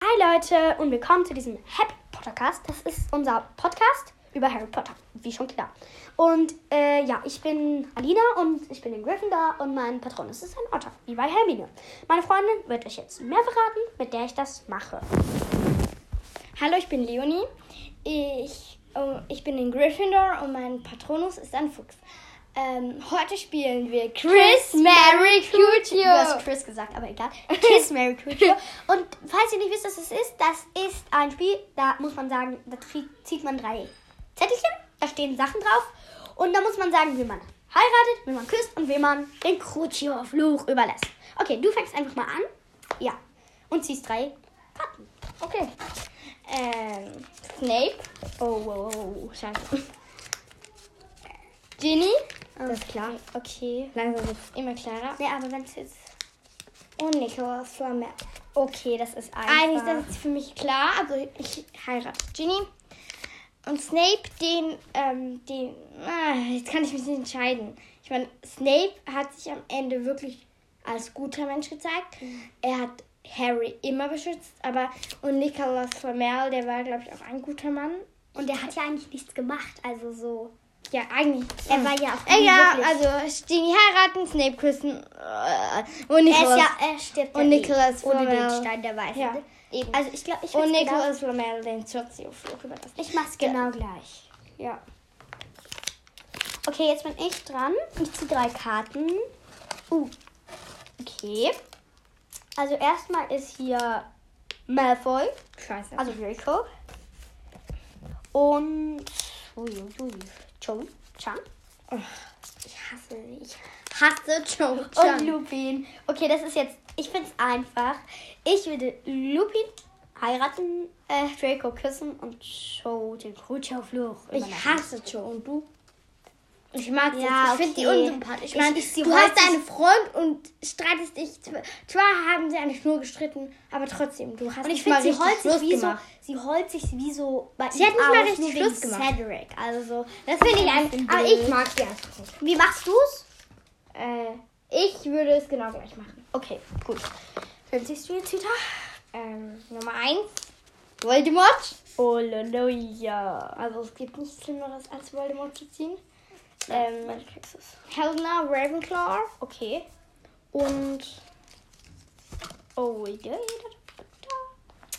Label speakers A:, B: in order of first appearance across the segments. A: Hi Leute und willkommen zu diesem Happy Pottercast. Das ist unser Podcast über Harry Potter, wie schon klar. Und äh, ja, ich bin Alina und ich bin in Gryffindor und mein Patronus ist ein Otter, wie bei Hermine. Meine Freundin wird euch jetzt mehr verraten, mit der ich das mache.
B: Hallo, ich bin Leonie. Ich,
A: oh,
B: äh, ich bin in Gryffindor und mein Patronus ist ein Fuchs. Ähm, heute spielen wir Chris, Mary, Cutio. Du hast Chris gesagt, aber egal.
A: Kiss Mary Cutio. Und falls ihr nicht wisst, was das ist, das ist ein Spiel, da muss man sagen, da tri- zieht man drei Zettelchen, da stehen Sachen drauf und da muss man sagen, wie man heiratet, wie man küsst und wie man den Cutio Fluch überlässt. Okay, du fängst einfach mal an. Ja. Und ziehst drei Karten.
B: Okay. Ähm, Snape,
A: Oh, wow, wow, wow, scheiße.
B: Ginny.
A: Das ist klar.
B: Okay,
A: Langsam wird's.
B: immer klarer.
A: Nee, aber wenn es jetzt.
B: Und Nicholas Flamel. Ah,
A: Okay, das ist einfach.
B: Eigentlich ist das für mich klar. Also ich heirate Ginny. Und Snape, den, ähm, den, ah, jetzt kann ich mich nicht entscheiden. Ich meine, Snape hat sich am Ende wirklich als guter Mensch gezeigt. Er hat Harry immer beschützt, aber, und Nicholas Flamel, der war, glaube ich, auch ein guter Mann.
A: Und der hat ja eigentlich nichts gemacht, also so.
B: Ja, eigentlich.
A: Er war ja auch.
B: Äh,
A: nie
B: ja,
A: wirklich-
B: also Ginny heiraten, Snape küssen äh, und
A: Er,
B: Nicholas.
A: ist ja, er stirbt
B: Und
A: ja eh
B: Nicolas
A: ohne den
B: Flamel.
A: Stein der Weisen.
B: Ja,
A: ne?
B: eben.
A: Also ich glaube, ich
B: und
A: würd's genau,
B: Nicholas Flamel den Zurzio-Fluch überlassen.
A: ich mach's genau gleich.
B: Ja.
A: Okay, jetzt bin ich dran. Ich ziehe drei Karten. Uh. Okay. Also erstmal ist hier Malfoy,
B: Scheiße.
A: also Draco. Und uiuiui, Cho Chan.
B: ich hasse ich hasse Cho
A: Und Lupin. Okay, das ist jetzt, ich find's einfach. Ich würde Lupin heiraten, äh, Draco küssen und Cho den Krutschau-Fluch.
B: Ich hasse Cho und du? Ich mag sie
A: Ja,
B: nicht. Ich finde die
A: okay.
B: unsympathisch. Ich
A: Ich-
B: meine,
A: ich- sie
B: du
A: wollte
B: hast einen Freund und streitest dich. Zwar haben sie eigentlich nur gestritten, aber trotzdem, du hast
A: Und ich
B: nicht mal
A: finde, sie
B: richtig
A: holt sich
B: Schluss
A: wie so,
B: gemacht.
A: sie holt sich wie so bei
B: Sie
A: ihm
B: hat nicht mal
A: aus,
B: richtig
A: nur wegen
B: Schluss gemacht.
A: Cedric. Also,
B: Das finde ich einfach. Aber ich mag sie einfach nicht.
A: Wie machst du's?
B: Äh, ich würde es genau gleich machen.
A: Okay, gut. Dann siehst du jetzt wieder.
B: Ähm, Nummer 1. Voldemort.
A: Oh, ja.
B: Also es gibt nichts Schlimmeres als Voldemort zu ziehen.
A: Ähm,
B: Ähm, Helena Ravenclaw
A: okay.
B: und
A: Oh, ja.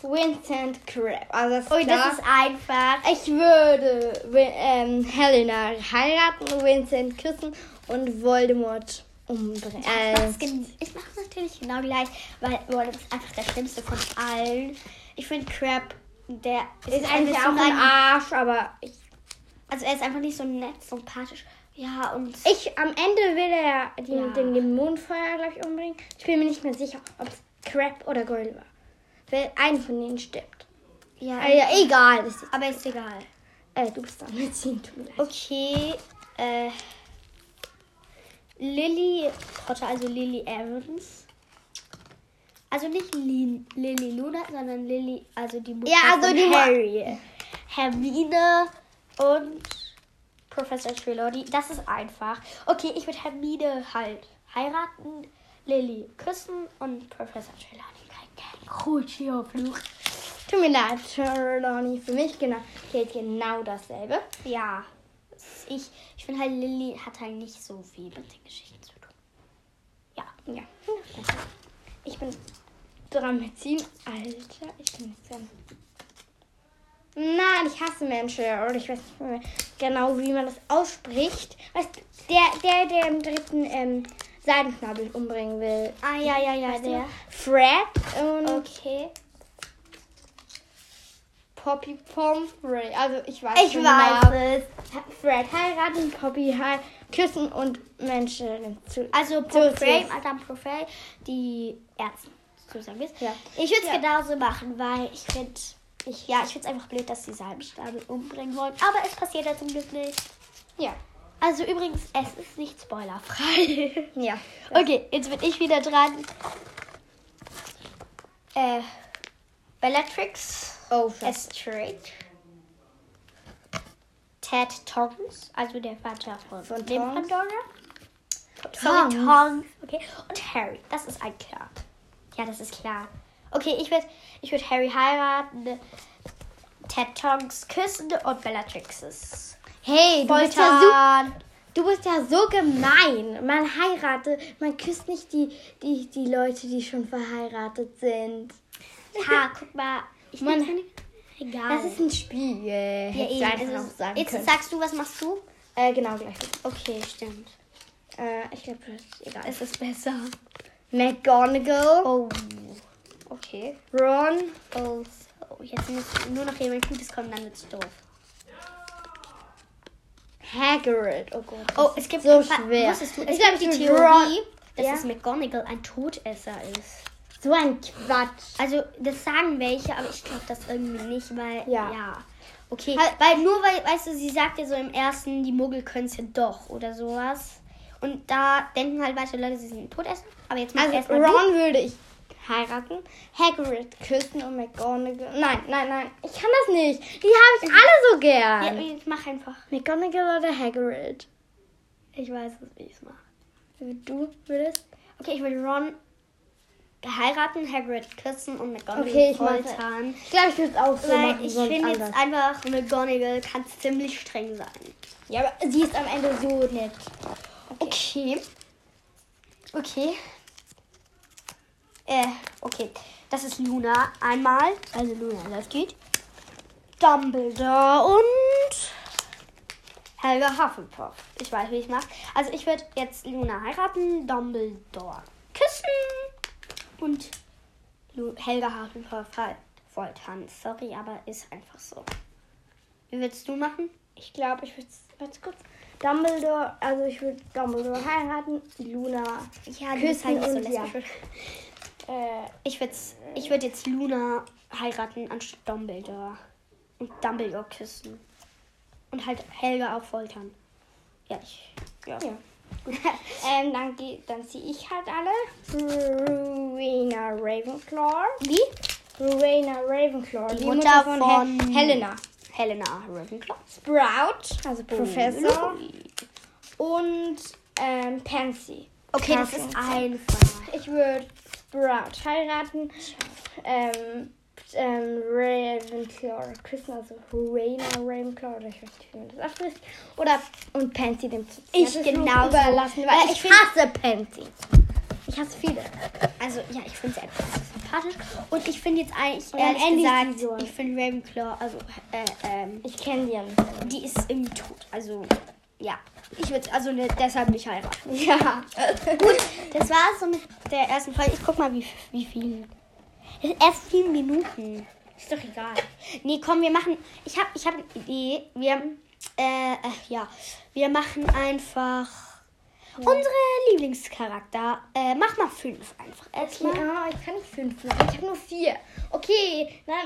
B: Vincent Crabbe. Also das ist
A: Oh,
B: klar.
A: das ist einfach.
B: ich würde Win- ähm, Helena heiraten, Vincent küssen und Voldemort umbringen.
A: Ich mach's
B: Äh,
A: gen- Ich mache natürlich genau gleich, weil Voldemort ist einfach der schlimmste von allen. Ich finde Crab, der
B: ist eigentlich auch
A: so
B: ein Arsch, aber ich,
A: Also er ist einfach nicht so nett, sympathisch. Ja, und
B: ich am Ende will er die,
A: Ja.
B: den Dämonenfeuer, glaube ich, umbringen. Ich bin mir nicht mehr sicher, ob es Crab oder Goyle war. Weil ein von denen stirbt.
A: ja,
B: Äh, ja, egal. Das ist,
A: aber ist egal.
B: äh, du bist dran. Mit zehn, tut mir leid.
A: Okay, äh, Lily Potter, also Lily Evans. Also nicht Lin, Lily Luna, sondern Lily, also die Mutter
B: Ja, also
A: von
B: die Mu-
A: Harry. Hermine und Professor Trelawney. Das ist einfach. Okay, ich würde Hermine halt heiraten, Lily küssen und Professor Trelawney kriegt den Crucio-Fluch.
B: Tut mir leid, Trelawney. Für mich genau, gilt genau dasselbe.
A: Ja. Ich, ich finde halt, Lilly hat halt nicht so viel mit den Geschichten zu tun. Ja.
B: Ja. Ich bin dran mit ziehen. Alter, ich bin nicht dran. Nein, ich hasse Menschen. Oder ich weiß nicht mehr genau, wie man das ausspricht. Weißt du, der, der, der im dritten ähm, Seidenknabel umbringen will.
A: Ah, ja, ja, ja,
B: Weißt du
A: der.
B: noch? Fred und
A: Okay.
B: Poppy Pomfrey. Also, ich weiß
A: Ich
B: den Namen.
A: weiß es.
B: Fred heiraten, Poppy heiraten, küssen und Menschen zu.
A: Also,
B: So,
A: Profay,
B: so.
A: Madame Profay, die Ärzte zusammen ist.
B: Ja.
A: Ich würde es
B: Ja.
A: genauso machen, weil ich finde. Ich, ja, ich finde es einfach blöd, dass die Salbenstadel umbringen wollen. Aber es passiert ja zum Glück nicht.
B: Ja.
A: Also übrigens, es ist nicht spoilerfrei.
B: Ja.
A: Okay, jetzt bin ich wieder dran. Äh, Bellatrix
B: Oh, es
A: Estrange. Ted Tongs, also der Vater von,
B: Von Tongs.
A: Dumbledore. Sorry, Tongs. Okay. Und Harry, das ist ein klar. Ja, das ist klar.
B: Okay, ich würde ich würd Harry heiraten, Ted Tonks küssen und Bellatrixes.
A: Hey,
B: Du bist, ja so, du bist ja so gemein. Man heiratet, man küsst nicht die, die, die Leute, die schon verheiratet sind. Ha, guck mal. Ich man,
A: Egal.
B: das ist ein Spiegel. Ja,
A: ja, eh,
B: einfach
A: das
B: noch
A: ist,
B: sagen
A: jetzt
B: können.
A: sagst du, was machst du?
B: Äh, genau gleich.
A: Okay, stimmt.
B: Äh, ich glaube, das ist egal.
A: Es ist besser.
B: McGonagall,
A: Oh. Okay.
B: Ron,
A: Oh. so. Jetzt muss nur noch jemand Gutes kommen, dann wird's doof.
B: Hagrid. Oh Gott.
A: Oh, es gibt
B: so
A: ein paar-
B: schwer.
A: Wusstest du,
B: Ich
A: es
B: glaub,
A: gibt die
B: ich würd Ron-
A: Theorie, dass
B: Ja?
A: es McGonagall ein Todesser ist.
B: So ein Quatsch.
A: Also, das sagen welche, aber ich glaube das irgendwie nicht, weil.
B: Ja.
A: Ja. Okay,
B: Halt-
A: weil nur weil, weißt du, sie sagt ja so im ersten, die Muggel können es ja doch oder sowas. Und da denken halt weitere Leute, sie sind ein Todesser. Aber jetzt mach
B: Also
A: erstmal.
B: Ron
A: du.
B: würde ich heiraten, Hagrid küssen und McGonagall. Nein, nein, nein, ich kann das nicht. Die habe ich alle so
A: Ja,
B: gern.
A: jetzt mach einfach.
B: McGonagall oder Hagrid?
A: Ich weiß es, wie ich es mache.
B: Du würdest?
A: Okay, ich will Ron heiraten, Hagrid küssen und McGonagall
B: Okay, ich mach's.
A: foltern.
B: Ich glaube, ich würde es auch so
A: Weil
B: machen.
A: ich
B: sonst
A: finde jetzt
B: anders.
A: einfach, McGonagall kann ziemlich streng sein.
B: Ja, aber sie ist am Ende so nett.
A: Okay. Okay. Äh, okay. Das ist Luna einmal. Also Luna, das geht. Dumbledore und Helga Hufflepuff. Ich weiß, wie ich mache. Also ich würde jetzt Luna heiraten, Dumbledore küssen und Lu Helga Hufflepuff halt foltern. Sorry, aber ist einfach so. Wie würdest du machen?
B: Ich glaube, ich würde es. Warte kurz. Dumbledore, also ich würde Dumbledore heiraten, Luna.
A: Ja,
B: du bist halt nicht so lesbisch. Äh,
A: Ich würde ich würd jetzt Luna heiraten anstatt Dumbledore. Und Dumbledore küssen. Und halt Helga auch foltern. Ja, ich. Ja.
B: Ja. ähm, dann geh- dann ziehe ich halt alle. Rowena Ravenclaw.
A: Wie?
B: Rowena Ravenclaw, die,
A: Mutter
B: Mutter von,
A: von-
B: Hel Helena.
A: Helena Ravenclaw.
B: Sprout, also Professor.
A: Ui.
B: Und ähm, Pansy.
A: Okay, das
B: Kaffee.
A: ist einfach.
B: Ich würde Sprout heiraten. Ähm, ähm, Ravenclaw küssen, also Rowena Ravenclaw, oder ich weiß nicht, wie man das ausspricht. Oder und Pansy dem zu
A: Ich
B: Zwergenflug
A: genauso.
B: überlassen, weil,
A: Weil
B: ich,
A: ich find-
B: hasse Pansy. Ich hasse viele.
A: Also, ja, ich finde es einfach sympathisch. Und ich finde jetzt äh, eigentlich,
B: Und am
A: ehrlich
B: Ende ist
A: gesagt,
B: sie so.
A: ich finde Ravenclaw, also, äh, ähm,
B: Ich kenne die ja nicht.
A: die ist irgendwie tot. Also, ja. Ich würde also ne, deshalb nicht heiraten.
B: Ja.
A: Gut, das war's so mit der ersten Folge. Ich guck mal, wie, wie viel. Das ist erst sieben Minuten.
B: Ist doch egal.
A: Nee, komm, wir machen. Ich hab, ich hab eine Idee. Wir, äh, ach ja. Wir machen einfach unsere Lieblingscharakter. Äh, mach mal fünf einfach. Erstmal.
B: Ja, ah, ich kann nicht fünf machen. Ich habe nur vier. Okay, dann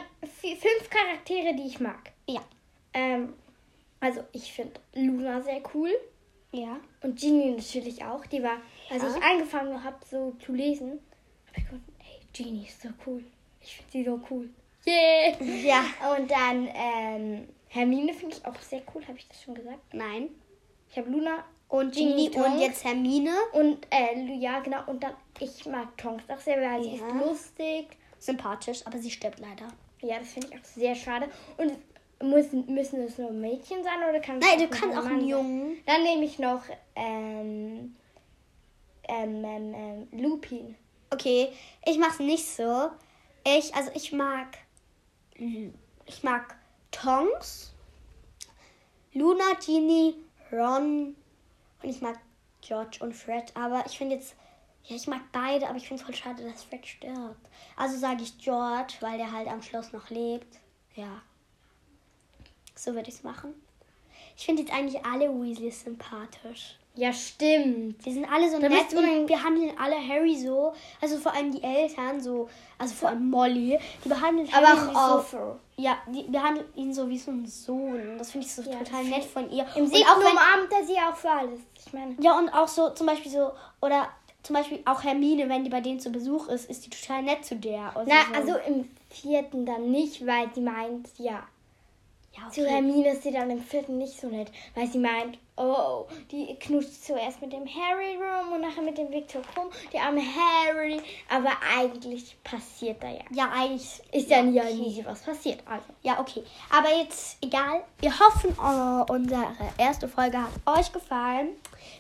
B: vi- fünf Charaktere, die ich mag.
A: Ja.
B: Ähm, also ich finde Luna sehr cool
A: Ja.
B: und Genie natürlich auch. Die war, als
A: Ja.
B: ich angefangen habe, so zu lesen, habe ich gedacht, ey, Genie ist so cool. Ich finde sie so cool. Yeah.
A: Ja. äh,
B: Und dann ähm, Hermine finde ich auch sehr cool. Habe ich das schon gesagt?
A: Nein.
B: Ich habe Luna
A: Und
B: Ginny
A: Ginny und
B: Tonks.
A: jetzt Hermine.
B: und äh, Lu- ja genau. Und dann ich mag Tonks auch sehr, weil sie
A: Ja.
B: ist lustig.
A: Sympathisch, aber sie stirbt leider.
B: Ja, das finde ich auch sehr schade. Und müssen, müssen es nur Mädchen sein oder kann es
A: Nein, du
B: ein
A: kannst auch
B: Mann
A: einen
B: sein?
A: Jungen.
B: Dann nehme ich noch ähm, ähm, ähm, ähm, Lupin.
A: Okay, ich mach's nicht so. Ich, also ich mag. mhm, Ich mag Tongs, Luna, Genie, Ron und ich mag George und Fred. Aber ich finde jetzt. Ja, ich mag beide, aber ich finde es voll schade, dass Fred stirbt. Also sage ich George, weil der halt am Schloss noch lebt. Ja. So würde ich's machen. Ich finde jetzt eigentlich alle Weasleys sympathisch.
B: Ja, stimmt.
A: Die sind alle so
B: Da
A: nett
B: bist du mein-
A: und behandeln alle Harry so. Also vor allem die Eltern so, also vor allem Molly, die behandeln
B: Aber
A: Harry
B: auch
A: so,
B: Arthur.
A: ja, die behandeln ihn so wie so einen Sohn. Das finde ich so
B: Ja,
A: total
B: das
A: nett von ihr.
B: Im
A: Und
B: siebten
A: auch wenn-
B: umarmt er sie auch für alles. Ich meine,
A: ja, und auch so zum Beispiel so, oder zum Beispiel auch Hermine, wenn die bei denen zu Besuch ist, ist die total nett zu der. Also
B: na,
A: so.
B: also im vierten dann nicht, weil sie meint, ja.
A: ja,
B: Zu
A: okay.
B: Hermine ist sie dann im vierten nicht so nett, weil sie meint, Oh, die knutscht zuerst mit dem Harry rum und nachher mit dem Victor rum. Der arme Harry. Aber eigentlich passiert da ja.
A: Ja, eigentlich.
B: Ist dann ja nie was passiert. Also.
A: Ja, okay. Aber jetzt egal. Wir hoffen, äh, unsere erste Folge hat euch gefallen.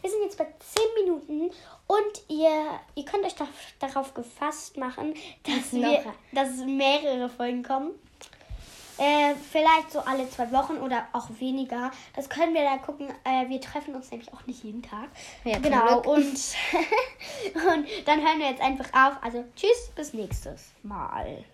A: Wir sind jetzt bei 10 Minuten und ihr, ihr könnt euch da, darauf gefasst machen, dass,
B: Dass
A: wir,
B: noch-
A: dass mehrere Folgen kommen. Äh, vielleicht so alle zwei Wochen oder auch weniger. Das können wir dann gucken. Äh, wir treffen uns nämlich auch nicht jeden Tag.
B: Ja, zum
A: genau.
B: Glück.
A: Und, und dann hören wir jetzt einfach auf. Also tschüss, bis nächstes Mal.